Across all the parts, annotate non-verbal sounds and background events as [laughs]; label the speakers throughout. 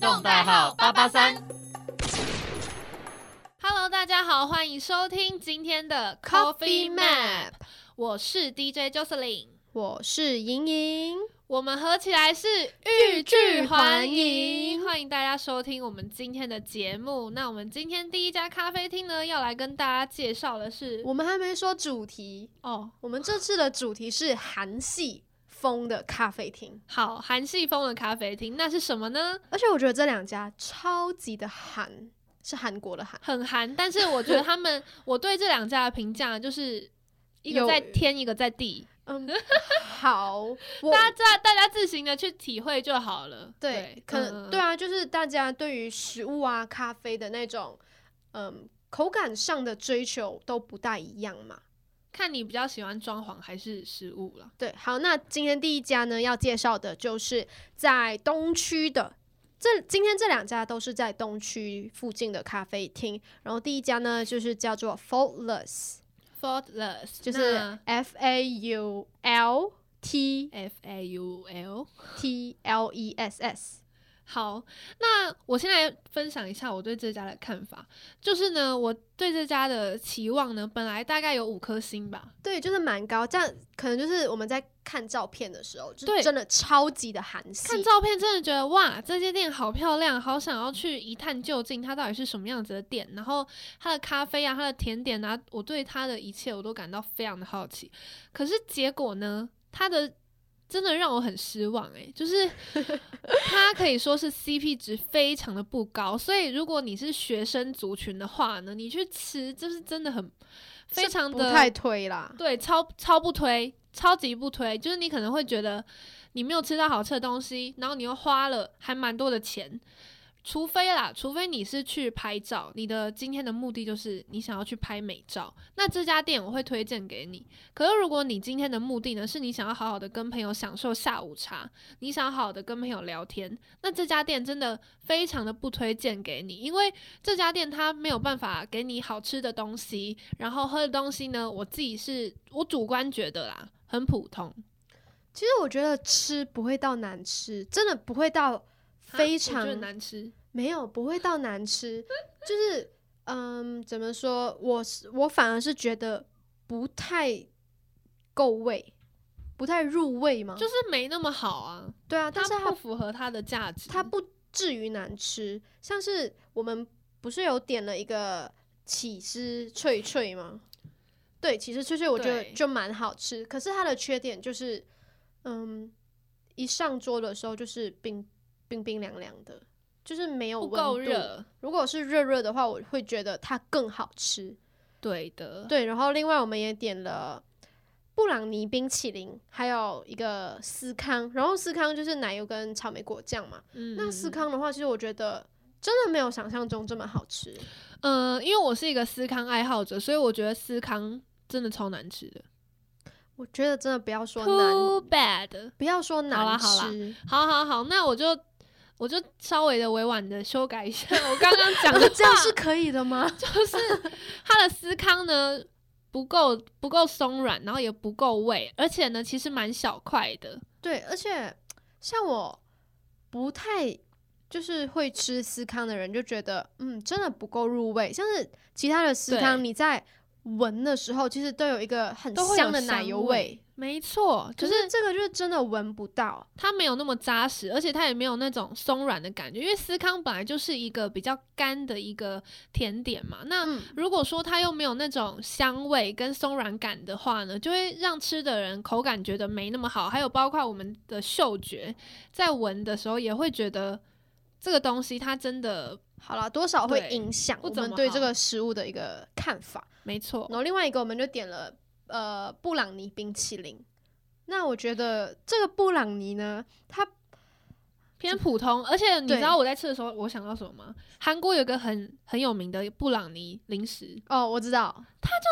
Speaker 1: 动代号八八三。
Speaker 2: Hello，大家好，欢迎收听今天的 Coffee
Speaker 3: Coffee
Speaker 2: Map
Speaker 3: Map，
Speaker 2: 我是 DJ Jocelyn，
Speaker 3: 我是莹莹，
Speaker 2: 我们合起来是欲
Speaker 3: 拒还迎
Speaker 2: 欢迎大家收听我们今天的节目。那我们今天第一家咖啡厅呢，要来跟大家介绍的是
Speaker 3: 我们还没说主题，
Speaker 2: 哦，
Speaker 3: 我们这次的主题是韩系风的咖啡厅，
Speaker 2: 好韩系风的咖啡厅，那是什么呢？
Speaker 3: 而且我觉得这两家超级的韩，是韩国的韩，
Speaker 2: 很韩，但是我觉得他们，我对这两家的评价就是一个
Speaker 3: 有
Speaker 2: 在天，一个在地， [laughs]
Speaker 3: 嗯，好，我
Speaker 2: 大家大家自行的去体会就好了。
Speaker 3: 对，可能、
Speaker 2: 嗯
Speaker 3: 对啊，就是大家对于食物啊、咖啡的那种，嗯，口感上的追求都不大一样嘛。
Speaker 2: 看你比较喜欢装潢还是食物了。
Speaker 3: 对，好，那今天第一家呢要介绍的就是在东区的。这今天这两家都是在东区附近的咖啡厅，然后第一家呢就是叫做 Faultless，
Speaker 2: Faultless
Speaker 3: 就
Speaker 2: 那
Speaker 3: 是 F A U L T
Speaker 2: F A U L。
Speaker 3: T L E S S。
Speaker 2: 好，那我先来分享一下我对这家的看法。就是呢，我对这家的期望呢，本来大概有五颗星吧。
Speaker 3: 对，就是蛮高，这样可能就是我们在看照片的时候，就
Speaker 2: 对
Speaker 3: 是真的超级的韩系。
Speaker 2: 看照片真的觉得哇，这间店好漂亮，好想要去一探究竟，它到底是什么样子的店。然后它的咖啡啊，它的甜点啊，我对它的一切我都感到非常的好奇。可是结果呢，它的真的让我很失望诶、就是
Speaker 3: [laughs]
Speaker 2: 它可以说是 CP 值非常的不高。所以如果你是学生族群的话呢，你去吃就是真的很非常
Speaker 3: 不
Speaker 2: 的
Speaker 3: 太推啦，
Speaker 2: 对，超超不推，超级不推，就是你可能会觉得你没有吃到好吃的东西，然后你又花了还蛮多的钱，除非啦，除非你是去拍照，你的今天的目的就是你想要去拍美照，那这家店我会推荐给你。可是如果你今天的目的呢，是你想要好好的跟朋友享受下午茶，你想要好好的跟朋友聊天，那这家店真的非常的不推荐给你，因为这家店它没有办法给你好吃的东西，然后喝的东西呢，我自己是我主观觉得啦，很普通，
Speaker 3: 其实我觉得吃不会到难吃，真的不会到
Speaker 2: 哈
Speaker 3: 非
Speaker 2: 啊我觉得
Speaker 3: 常嗯
Speaker 2: 难吃。
Speaker 3: 没有，不会到难吃，就是嗯，怎么说？我是我反而是觉得不太够味，不太入味嘛。
Speaker 2: 就是没那么好啊，
Speaker 3: 对啊，但
Speaker 2: 它
Speaker 3: 是它
Speaker 2: 不符合它的价值。
Speaker 3: 它不至于难吃，像是我们不是有点了一个起司脆脆吗？对，起司脆脆我觉得
Speaker 2: 对
Speaker 3: 就蛮好吃，可是它的缺点就是，嗯，一上桌的时候就是冰冰冰凉凉的，就是没有
Speaker 2: 不
Speaker 3: 温
Speaker 2: 够
Speaker 3: 度。
Speaker 2: 热，
Speaker 3: 如果是热热的话，我会觉得它更好吃。
Speaker 2: 对的，
Speaker 3: 对，然后另外我们也点了布朗尼冰淇淋，还有一个司康，然后司康就是奶油跟草莓果酱嘛。
Speaker 2: 嗯，
Speaker 3: 那司康的话，其实我觉得真的没有想象中这么好吃。
Speaker 2: 嗯，呃，因为我是一个司康爱好者，所以我觉得司康真的超难吃的
Speaker 3: 我觉得真的不要说难，
Speaker 2: ，too bad。
Speaker 3: 不要说
Speaker 2: 好啦
Speaker 3: 难
Speaker 2: 好啦
Speaker 3: 吃，
Speaker 2: 好好好，那我就我就稍微的委婉的修改
Speaker 3: [laughs]
Speaker 2: 一下我刚刚讲的
Speaker 3: 呃
Speaker 2: 话，
Speaker 3: 这样是可以的吗？
Speaker 2: 就是它的司康呢不够不够松软，然后也不够味，而且呢其实蛮小块的，
Speaker 3: 对，而且像我不太就是会吃司康的人，就觉得嗯，真的不够入味。像是其他的司康，
Speaker 2: 对
Speaker 3: 你在闻的时候，其实都有一个很
Speaker 2: 都会有
Speaker 3: 香的奶
Speaker 2: 香
Speaker 3: 油
Speaker 2: 味。没错，就
Speaker 3: 可
Speaker 2: 是
Speaker 3: 是这个就是真的闻不到，
Speaker 2: 它没有那么扎实，而且它也没有那种松软的感觉，因为司康本来就是一个比较干的一个甜点嘛，那。
Speaker 3: 嗯，
Speaker 2: 如果说它又没有那种香味跟松软感的话呢，就会让吃的人口感觉得没那么好。还有包括我们的嗅觉，在闻的时候也会觉得这个东西它真的
Speaker 3: 好了，多少会
Speaker 2: 对
Speaker 3: 影响
Speaker 2: 不
Speaker 3: 我
Speaker 2: 怎
Speaker 3: 们
Speaker 2: 么
Speaker 3: 对
Speaker 2: 好哦
Speaker 3: 这个食物的一个看法。
Speaker 2: 没错。
Speaker 3: 然后另外一个我们就点了呃布朗尼冰淇淋。那我觉得这个布朗尼呢，它
Speaker 2: 偏普通，而且你
Speaker 3: 对
Speaker 2: 知道我在吃的时候，我想到什么吗？韩国有个很很有名的布朗尼零食，
Speaker 3: 哦，我知道，
Speaker 2: 它就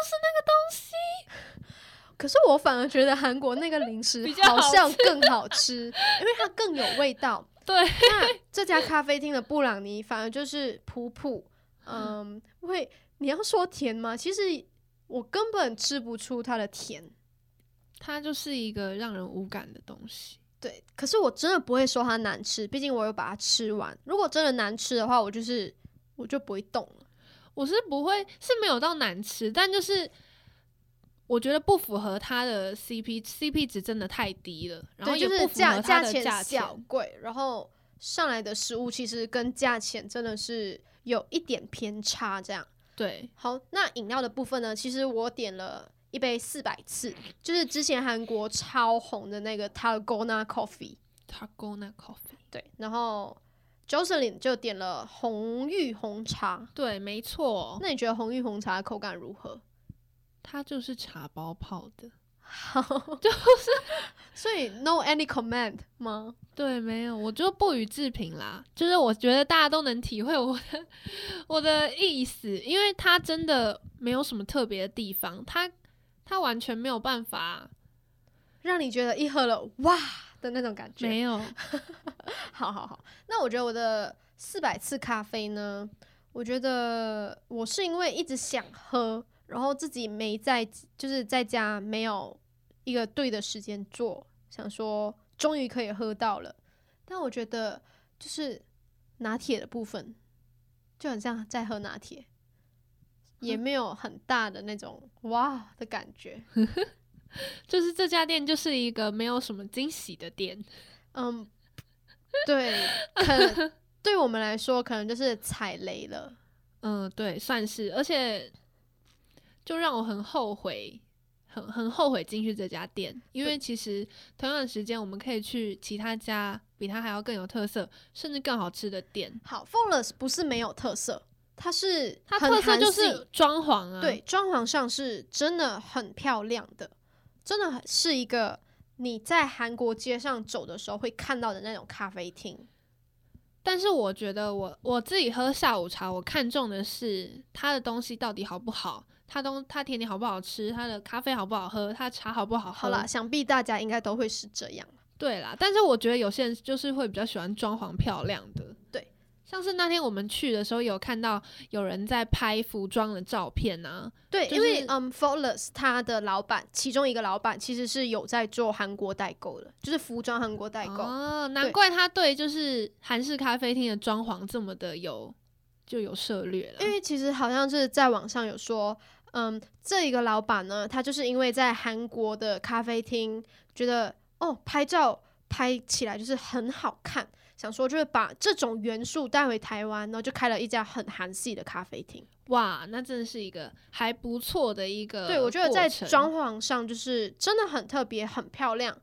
Speaker 2: 是
Speaker 3: 可是我反而觉得韩国那个零食
Speaker 2: 比较
Speaker 3: 好
Speaker 2: 好
Speaker 3: 像更好吃， [laughs] 因为它更有味道。
Speaker 2: [laughs] 对
Speaker 3: 那这家咖啡厅的布朗尼反而就是普普，嗯，会你要说甜吗？其实我根本吃不出它的甜。
Speaker 2: 它就是一个让人无感的东西。
Speaker 3: 对，可是我真的不会说它难吃，毕竟我有把它吃完。如果真的难吃的话，我就是我就不会动了。
Speaker 2: 我是不会是没有到难吃，但就是我觉得不符合它的 CP CP 值真的太低了，然后
Speaker 3: 对，就
Speaker 2: 也
Speaker 3: 是
Speaker 2: 不符合它
Speaker 3: 价
Speaker 2: 的
Speaker 3: 钱
Speaker 2: 价钱。
Speaker 3: 小贵，然后上来的食物其实跟价钱真的是有一点偏差。这样，
Speaker 2: 对，
Speaker 3: 好，那饮料的部分呢？其实我点了一杯四百次，就是之前韩国超红的那个 Tarragona Coffee。
Speaker 2: t a g o n a Coffee。
Speaker 3: 对，然后 Jocelyn 就点了红玉红茶。
Speaker 2: 对，没错，
Speaker 3: 那你觉得红玉红茶的口感如何？ [laughs]
Speaker 2: 它就是茶包泡的。 [laughs]
Speaker 3: 好，就是所以 no any comment 吗？
Speaker 2: 对，没有，我就不予置评啦。就是我觉得大家都能体会我的我的意思，因为它真的没有什么特别的地方，它它完全没有办法，
Speaker 3: 让你觉得一喝了哇的那种感觉。
Speaker 2: 没有，
Speaker 3: [laughs] 好好好，那我觉得我的四百次咖啡呢，我觉得我是因为一直想喝，然后自己没在，就是在家没有一个对的时间做，想说终于可以喝到了。但我觉得就是拿铁的部分，就很像在喝拿铁，也没有很大的那种哇的感觉。
Speaker 2: 就是这家店就是一个没有什么惊喜的店。
Speaker 3: 嗯，对，可对我们来说可能就是踩雷了。
Speaker 2: 嗯，对，算是，而且就让我很后悔，很很后悔进去这家店，因为其实同样的时间，我们可以去其他家比它还要更有特色，甚至更好吃的店。
Speaker 3: 好 f o l e s 不是没有特色，它是
Speaker 2: 它
Speaker 3: 很
Speaker 2: 特色
Speaker 3: 韩
Speaker 2: 就
Speaker 3: 系
Speaker 2: 是装潢啊，
Speaker 3: 对，装潢上是真的很漂亮的，真的很是一个你在韩国街上走的时候会看到的那种咖啡厅。
Speaker 2: 但是我觉得我我自己喝下午茶，我看重的是它的东西到底好不好，它东它甜点好不好吃，它的咖啡好不好喝，它茶好不好喝。
Speaker 3: 好啦，想必大家应该都会是这样。
Speaker 2: 对啦，但是我觉得有些人就是会比较喜欢装潢漂亮的。
Speaker 3: 对，
Speaker 2: 像是那天我们去的时候，有看到有人在拍服装的照片啊。
Speaker 3: 对，
Speaker 2: 就
Speaker 3: 因为
Speaker 2: 是
Speaker 3: 嗯 f o l e s 它的老板，其中一个老板其实是有在做韩国代购的，就是服装韩国代购。
Speaker 2: 哦，难怪他对就是韩式咖啡厅的装潢这么的有就有涉略了
Speaker 3: 因。为其实好像是在网上有说，嗯，这一个老板呢，他就是因为在韩国的咖啡厅觉得哦，拍照拍起来就是很好看，想说就是把这种元素带回台湾，然后就开了一家很韩系的咖啡厅。
Speaker 2: 哇，那真的是一个还不错的一个过程。
Speaker 3: 对，我觉得在装潢上就是真的很特别，很漂亮。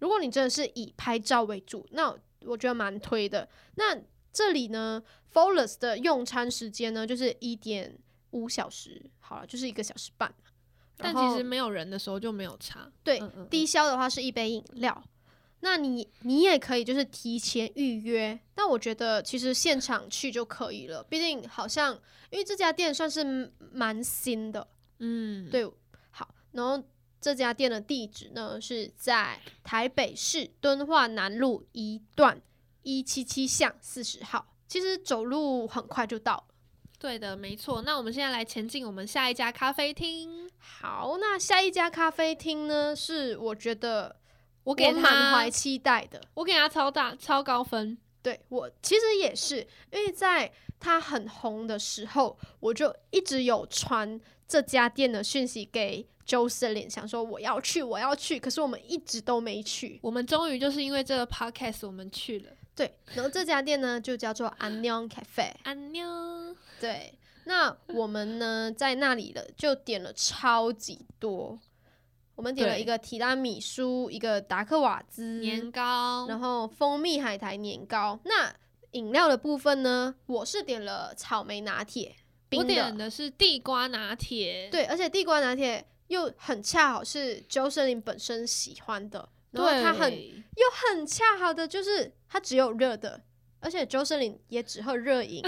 Speaker 3: 如果你真的是以拍照为主，那我觉得蛮推的。那这里呢 f o l e s 的用餐时间呢，就是一点五小时，好了，就是一个小时半。
Speaker 2: 但
Speaker 3: 然后
Speaker 2: 其实没有人的时候就没有差。
Speaker 3: 对
Speaker 2: 嗯嗯
Speaker 3: 低消的话是一杯饮料。那你你也可以就是提前预约，但我觉得其实现场去就可以了，毕竟好像因为这家店算是蛮新的，
Speaker 2: 嗯，
Speaker 3: 对，好，然后这家店的地址呢是在台北市敦化南路一段一七七巷四十号，其实走路很快就到了。
Speaker 2: 对的，没错。那我们现在来前进我们下一家咖啡厅。
Speaker 3: 好，那下一家咖啡厅呢，是我觉得
Speaker 2: 我
Speaker 3: 我
Speaker 2: 给
Speaker 3: 满
Speaker 2: 他
Speaker 3: 怀，期待的。
Speaker 2: 我给他超大超高分。
Speaker 3: 对我其实也是，因为在它很红的时候，我就一直有传这家店的讯息给 Jocelyn，想说我要去，我要去，可是我们一直都没去。
Speaker 2: 我们终于就是因为这个 podcast 我们去了。
Speaker 3: 对，然后这家店呢就叫做 Anion Cafe。
Speaker 2: 安妞，
Speaker 3: 对，那我们呢在那里了就点了超级多，我们点了
Speaker 2: 对
Speaker 3: 一个提拉米苏，一个达克瓦兹
Speaker 2: 年糕，
Speaker 3: 然后蜂蜜海苔年糕。那饮料的部分呢，我是点了草莓拿铁，
Speaker 2: 我
Speaker 3: 冰
Speaker 2: 点
Speaker 3: 的。
Speaker 2: 的是地瓜拿铁。
Speaker 3: 对，而且地瓜拿铁又很恰好是 Jocelyn 本身喜欢的，然后它很
Speaker 2: 对
Speaker 3: 又很恰好的就是它只有热的，而且 Jocelyn 也只喝热饮。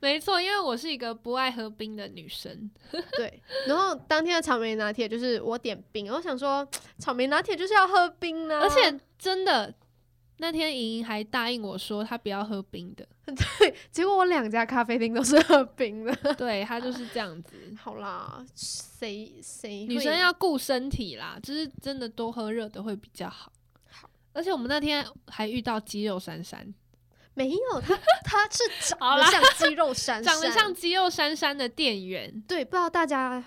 Speaker 2: 没错，因为我是一个不爱喝冰的女生。
Speaker 3: 对，然后当天的草莓拿铁就是我点冰，我想说草莓拿铁就是要喝冰啊啦、
Speaker 2: 而且真的，那天莹莹还答应我说她不要喝冰
Speaker 3: [laughs]
Speaker 2: 的。
Speaker 3: 结果我两家咖啡厅都是喝冰的。 [laughs]
Speaker 2: 对她就是这样子。
Speaker 3: 好啦，谁谁
Speaker 2: 女
Speaker 3: 会
Speaker 2: 生要顾身体啦，就是真的多喝热的会比较好。
Speaker 3: 好
Speaker 2: 而且我们那天还遇到肌肉珊珊，
Speaker 3: 没有，
Speaker 2: [laughs]
Speaker 3: 它它是长
Speaker 2: 好
Speaker 3: 得
Speaker 2: 啦
Speaker 3: 像肌
Speaker 2: [laughs]
Speaker 3: 肉闪闪，
Speaker 2: 长得像肌肉珊珊的店员，
Speaker 3: 对，不知道大家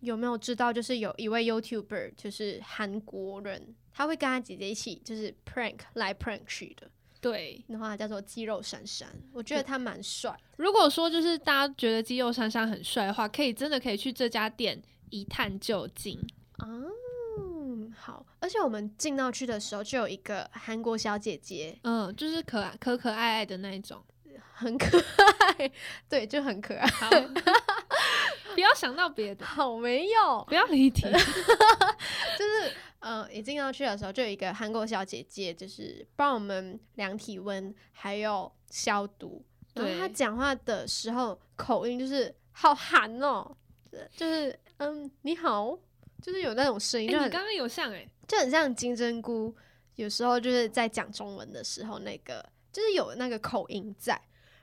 Speaker 3: 有没有知道，就是有一位 YouTuber，就是韩国人，他会跟他姐姐一起就是 prank 来 prank 去的，
Speaker 2: 对，
Speaker 3: 然后他叫做肌肉闪闪，我觉得他蛮帅。
Speaker 2: 如果说就是大家觉得肌肉珊珊很帅的话，可以真的可以去这家店一探究竟。
Speaker 3: 嗯，好，而且我们进到去的时候，就有一个韩国小姐姐，
Speaker 2: 嗯，就是可爱可可爱爱的那一种。
Speaker 3: 很可爱，对，就很可爱。 [laughs]
Speaker 2: 好，不要想到别的，哎
Speaker 3: 好，没有，
Speaker 2: 不要离题。
Speaker 3: 就是呃，一进到去的时候，就有一个韩国小姐姐，就是帮我们量体温，还有消毒。然后
Speaker 2: 对
Speaker 3: 她讲话的时候，口音就是好韩哦，就是嗯，你好，就是有那种声
Speaker 2: 诶
Speaker 3: 音，
Speaker 2: 你
Speaker 3: 就很、
Speaker 2: 刚刚有像哎、
Speaker 3: 就很像金针菇。有时候就是在讲中文的时候，那个就是有那个口音在。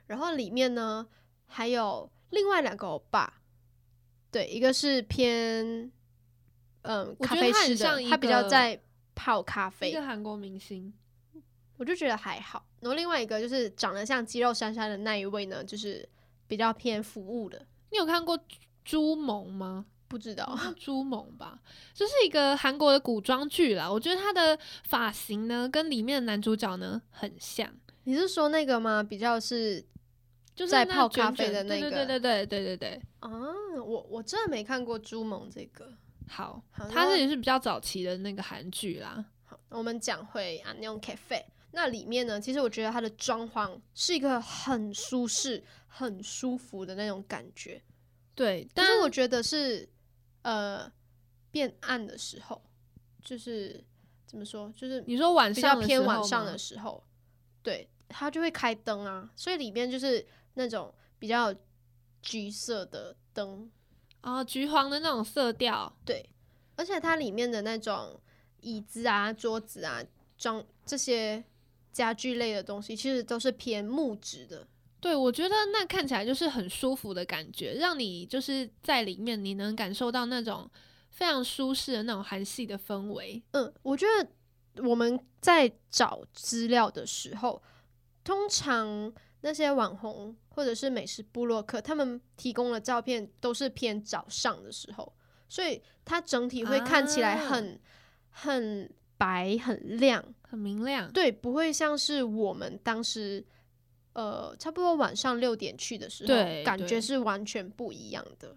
Speaker 3: 然后里面呢，还有另外两个欧巴，对，一个是偏嗯
Speaker 2: 我
Speaker 3: 咖
Speaker 2: 觉得
Speaker 3: 啡
Speaker 2: 他很
Speaker 3: 师的
Speaker 2: 像，一
Speaker 3: 他比较
Speaker 2: 个
Speaker 3: 在泡咖
Speaker 2: 一
Speaker 3: 啡
Speaker 2: 个，韩国明星，
Speaker 3: 我就觉得还好。然后另外一个就是长得像肌肉珊珊的那一位呢，就是比较偏服务的，
Speaker 2: 你有看过朱朱萌吗？
Speaker 3: 不知道。
Speaker 2: 好像朱萌吧，这是一个韩国的古装剧啦。我觉得他的发型呢，跟里面的男主角呢很像，
Speaker 3: [laughs] 你是说那个吗？比较是
Speaker 2: 就是
Speaker 3: 在
Speaker 2: 那
Speaker 3: 泡咖
Speaker 2: 卷
Speaker 3: 啡
Speaker 2: 卷
Speaker 3: 的那
Speaker 2: 对
Speaker 3: 个
Speaker 2: 对对对对对对。
Speaker 3: 啊，我我真的没看过朱萌这个。
Speaker 2: 好，
Speaker 3: 好
Speaker 2: 他
Speaker 3: 那
Speaker 2: 这也是比较早期的那个韩剧啦。
Speaker 3: 好，我们讲回啊那种 cafe，那里面呢，其实我觉得它的装潢是一个很舒适、很舒服的那种感觉。
Speaker 2: 对，
Speaker 3: 但
Speaker 2: 但
Speaker 3: 是我觉得是呃变暗的时候，就是怎么说，就是
Speaker 2: 你说晚
Speaker 3: 比较
Speaker 2: 上的
Speaker 3: 偏
Speaker 2: 时
Speaker 3: 晚
Speaker 2: 候
Speaker 3: 上
Speaker 2: 吗
Speaker 3: 的时候，对，它就会开灯啊，所以里面就是那种比较橘色的灯，
Speaker 2: 啊，橘黄的那种色调，
Speaker 3: 对，而且它里面的那种椅子啊、桌子啊、装这些家具类的东西，其实都是偏木质的。
Speaker 2: 对我觉得那看起来就是很舒服的感觉，让你就是在里面你能感受到那种非常舒适的那种韩系的氛围。
Speaker 3: 嗯，我觉得我们在找资料的时候，通常那些网红或者是美食部落客，他们提供的照片都是偏早上的时候，所以它整体会看起来
Speaker 2: 啊
Speaker 3: 很、很白很亮。
Speaker 2: 很明亮，
Speaker 3: 对，不会像是我们当时，呃，差不多晚上六点去的时候，
Speaker 2: 对
Speaker 3: 感觉
Speaker 2: 对
Speaker 3: 是完全不一样的。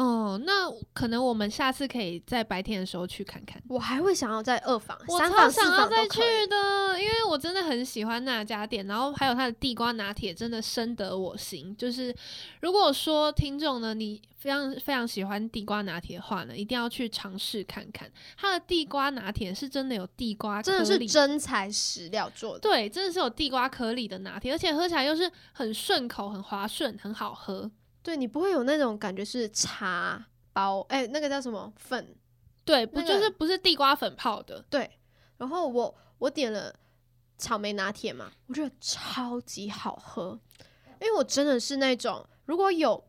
Speaker 2: 嗯，那可能我们下次可以在白天的时候去看看。
Speaker 3: 我还会想要在二房、
Speaker 2: 我
Speaker 3: 三
Speaker 2: 超
Speaker 3: 房、四
Speaker 2: 想要
Speaker 3: 房
Speaker 2: 再
Speaker 3: 都
Speaker 2: 去
Speaker 3: 可以。
Speaker 2: 的，因为我真的很喜欢那家店，然后还有它的地瓜拿铁真的深得我心。就是如果说听众呢，你非常非常喜欢地瓜拿铁的话呢，一定要去尝试看看它的地瓜拿铁是真的有地瓜颗
Speaker 3: 真
Speaker 2: 粒，
Speaker 3: 的是真材实料做的，
Speaker 2: 对，真的是有地瓜颗粒的拿铁，而且喝起来又是很顺口、很滑顺、很好喝。
Speaker 3: 对你不会有那种感觉是茶包，哎、那个叫什么粉？
Speaker 2: 对，不
Speaker 3: 那
Speaker 2: 就
Speaker 3: 个
Speaker 2: 是不是地瓜粉泡的？
Speaker 3: 对，然后我我点了草莓拿铁嘛，我觉得超级好喝，因为我真的是那种如果有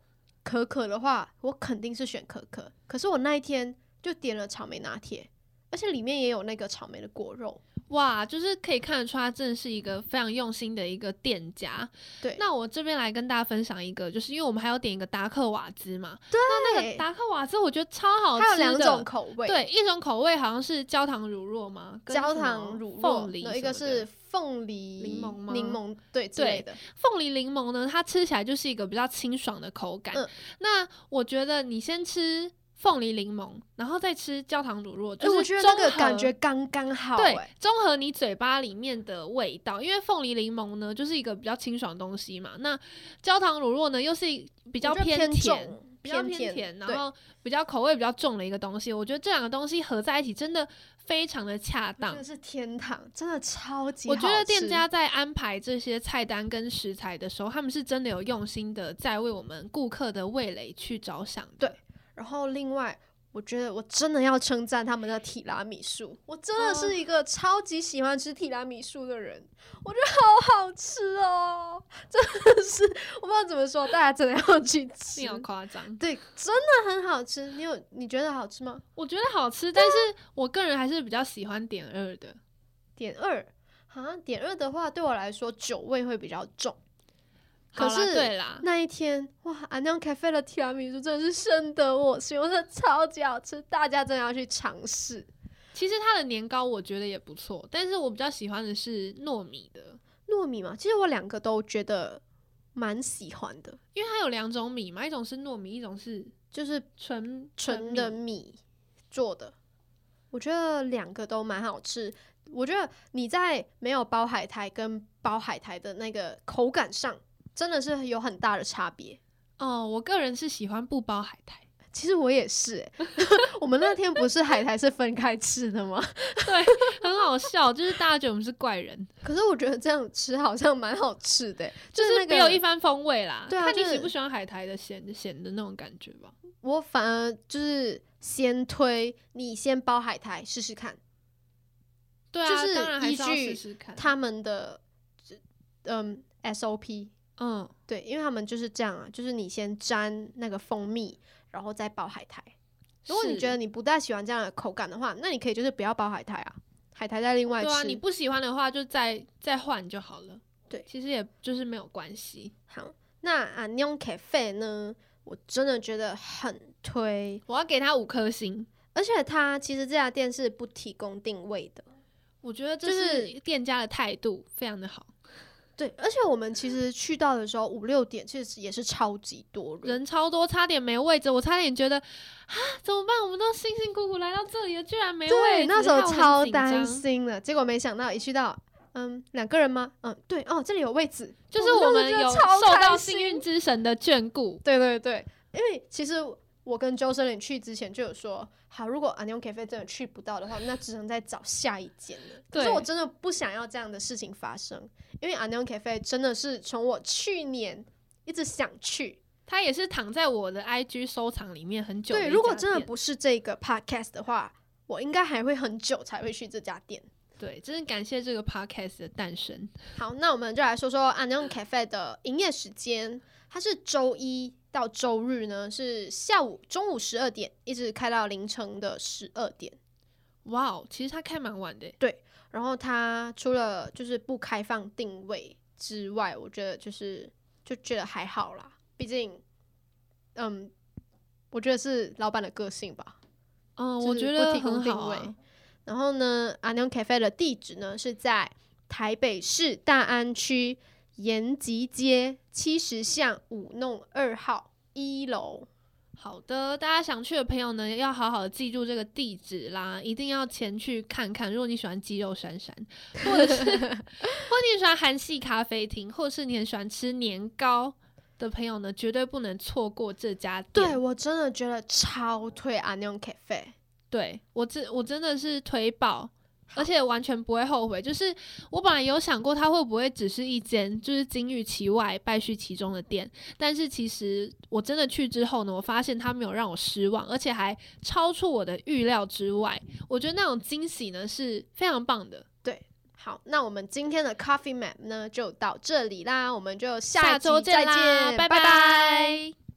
Speaker 3: 可可的话，我肯定是选可可。可是我那一天就点了草莓拿铁，而且里面也有那个草莓的果肉。
Speaker 2: 哇，就是可以看得出他真的是一个非常用心的一个店家。
Speaker 3: 对，
Speaker 2: 那我这边来跟大家分享一个，就是因为我们还要点一个达克瓦兹嘛，
Speaker 3: 那
Speaker 2: 那个达克瓦兹我觉得超好吃的，
Speaker 3: 它有两种口味，，
Speaker 2: 对，一种口味好像是焦糖乳酪嘛，跟
Speaker 3: 焦
Speaker 2: 什么
Speaker 3: 糖乳
Speaker 2: 凤
Speaker 3: 酪，
Speaker 2: 梨
Speaker 3: 然后
Speaker 2: 什
Speaker 3: 一个
Speaker 2: 么
Speaker 3: 是
Speaker 2: 的
Speaker 3: 凤梨
Speaker 2: 柠檬吗
Speaker 3: 柠檬对之
Speaker 2: 对
Speaker 3: 类的。
Speaker 2: 凤梨柠檬呢，它吃起来就是一个比较清爽的口感。
Speaker 3: 嗯
Speaker 2: 那我觉得你先吃凤梨柠檬，然后再吃焦糖乳酪，
Speaker 3: 哎
Speaker 2: 就是
Speaker 3: 我觉得那个
Speaker 2: 综合
Speaker 3: 感觉刚刚好、
Speaker 2: 对
Speaker 3: 哎，
Speaker 2: 综合你嘴巴里面的味道，因为凤梨柠檬呢就是一个比较清爽的东西嘛，那焦糖乳酪呢又是比
Speaker 3: 比
Speaker 2: 较偏甜。
Speaker 3: 重，
Speaker 2: 比较偏
Speaker 3: 偏
Speaker 2: 甜，然
Speaker 3: 对
Speaker 2: 后比较口味比较重的一个东西。我觉得这两个东西合在一起真的非常的恰
Speaker 3: 真
Speaker 2: 当
Speaker 3: 的。是天堂，真的超级好
Speaker 2: 我
Speaker 3: 吃。
Speaker 2: 觉得店家在安排这些菜单跟食材的时候，他们是真的有用心的在为我们顾客的味蕾去着想的。
Speaker 3: 对然后另外，我觉得我真的要称赞他们的提拉米苏，我真的
Speaker 2: 哦
Speaker 3: 是一个超级喜欢吃提拉米苏的人，我觉得好好吃哦，真的是我不知道怎么说，大家真的要去吃
Speaker 2: 没。有夸张，
Speaker 3: 对，真的很好吃。你有你觉得好吃吗？
Speaker 2: 我觉得好吃，但是我个人还是比较喜欢点二的。
Speaker 3: 点二啊，点二的话对我来说酒味会比较重。可
Speaker 2: 好啦
Speaker 3: 是
Speaker 2: 对啦，
Speaker 3: 那一天，哇，安酿咖啡的提拉米苏真的是深得我心，我真的超级好吃，大家真的要去尝试。
Speaker 2: 其实它的年糕我觉得也不错，但是我比较喜欢的是糯米的，
Speaker 3: 糯米嘛，其实我两个都觉得蛮喜欢的，
Speaker 2: 因为它有两种米嘛，一种是糯米，一种是
Speaker 3: 就是
Speaker 2: 纯
Speaker 3: 纯的
Speaker 2: 米
Speaker 3: 米做的，我觉得两个都蛮好吃。我觉得你在没有包海苔跟包海苔的那个口感上，真的是有很大的差别。
Speaker 2: 哦。我个人是喜欢不包海
Speaker 3: [laughs]
Speaker 2: 苔，
Speaker 3: 其实我也是、欸， [laughs] 我们那天不是海苔是分开吃的吗？
Speaker 2: 很好笑，就是大家觉得我们是怪人，
Speaker 3: 可是我觉得这样吃好像蛮好
Speaker 2: [laughs]
Speaker 3: 吃的欸、
Speaker 2: 就是
Speaker 3: 那个
Speaker 2: 别有一番风味啦。
Speaker 3: 对啊
Speaker 2: 看你
Speaker 3: 就是
Speaker 2: 喜不喜欢海苔的咸咸的那种感觉吧。
Speaker 3: 我反而就是先推你先包海苔试试看，
Speaker 2: 对啊，
Speaker 3: 就是
Speaker 2: 当然还
Speaker 3: 依
Speaker 2: 是要
Speaker 3: 据
Speaker 2: 试试看。
Speaker 3: 他们的嗯 SOP，
Speaker 2: 嗯，
Speaker 3: 对，因为他们就是这样啊，就是你先沾那个蜂蜜，然后再包海苔。如果你
Speaker 2: 是
Speaker 3: 觉得你不太喜欢这样的口感的话，那你可以就是不要包海苔啊，海苔再另外吃。
Speaker 2: 对啊，你不喜欢的话就再再换就好了。
Speaker 3: 对
Speaker 2: 其实也就是没有关系。
Speaker 3: 好，那啊 n o n Cafe 呢，我真的觉得很推，
Speaker 2: 我要给他五颗星，
Speaker 3: 而且它其实这家店是不提供定位的。
Speaker 2: 我觉得这
Speaker 3: 就是
Speaker 2: 是店家的态度非常的好，
Speaker 3: 对，而且我们其实去到的时候五六点，其实也是超级多人。
Speaker 2: 人超多，差点没位置，我差点觉得啊怎么办？我们都辛辛苦苦来到这里了，居然没位
Speaker 3: 对，
Speaker 2: 置，
Speaker 3: 那时候
Speaker 2: 害我很
Speaker 3: 超
Speaker 2: 紧张
Speaker 3: 担心的，结果没想到一去到，嗯，两个人吗？嗯，对，哦，这里有位置，
Speaker 2: 就是我们
Speaker 3: 那时候
Speaker 2: 有
Speaker 3: 真的超
Speaker 2: 受到
Speaker 3: 开
Speaker 2: 幸
Speaker 3: 心
Speaker 2: 运之神的眷顾，
Speaker 3: 对对对，因为其实我跟周生林去之前就有说，好，如果 Anion Cafe 真的去不到的话，那只能再找下一间了。可是
Speaker 2: 对
Speaker 3: 我真的不想要这样的事情发生，因为 Anion Cafe 真的是从我去年一直想去。
Speaker 2: 他也是躺在我的 IG 收藏里面很久一家
Speaker 3: 对，
Speaker 2: 店。
Speaker 3: 如果真的不是这个 podcast 的话，我应该还会很久才会去这家店。
Speaker 2: 对，真的感谢这个 podcast 的诞生。
Speaker 3: 好，那我们就来说说 Anion Cafe 的营业时间，它是周一到周日呢是下午中午十二点，一直开到凌晨的十二点。
Speaker 2: 哇哦，其实他开蛮晚的耶，欸
Speaker 3: 然后它除了就是不开放定位之外，我觉得就是就觉得还好啦，毕竟，嗯，我觉得是老板的个性吧。
Speaker 2: 嗯，
Speaker 3: 就是
Speaker 2: 我觉
Speaker 3: 不
Speaker 2: 得
Speaker 3: 提供
Speaker 2: 很
Speaker 3: 定
Speaker 2: 好
Speaker 3: 位。
Speaker 2: 啊。
Speaker 3: 然后呢，阿牛 cafe 的地址呢是在台北市大安区延吉街七十巷五弄二号一楼。
Speaker 2: 好的，大家想去的朋友呢，要好好地记住这个地址啦，一定要前去看看。如果你喜欢鸡肉闪闪，或者是或者你喜欢韩系咖啡厅，或者是你很喜欢吃年糕的朋友呢，绝对不能错过这家店。
Speaker 3: 对我真的觉得超推阿牛 cafe。
Speaker 2: 对我真我真的是推爆，而且完全不会后悔。就是我本来有想过它会不会只是一间就是金玉其外败絮其中的店，但是其实我真的去之后呢，我发现它没有让我失望，而且还超出我的预料之外。我觉得那种惊喜呢是非常棒的。
Speaker 3: 好，那我们今天的 Coffee Map 呢就到这里啦，我们就下一集
Speaker 2: 周见
Speaker 3: 再
Speaker 2: 啦，
Speaker 3: 见，
Speaker 2: 拜
Speaker 3: 拜拜
Speaker 2: 拜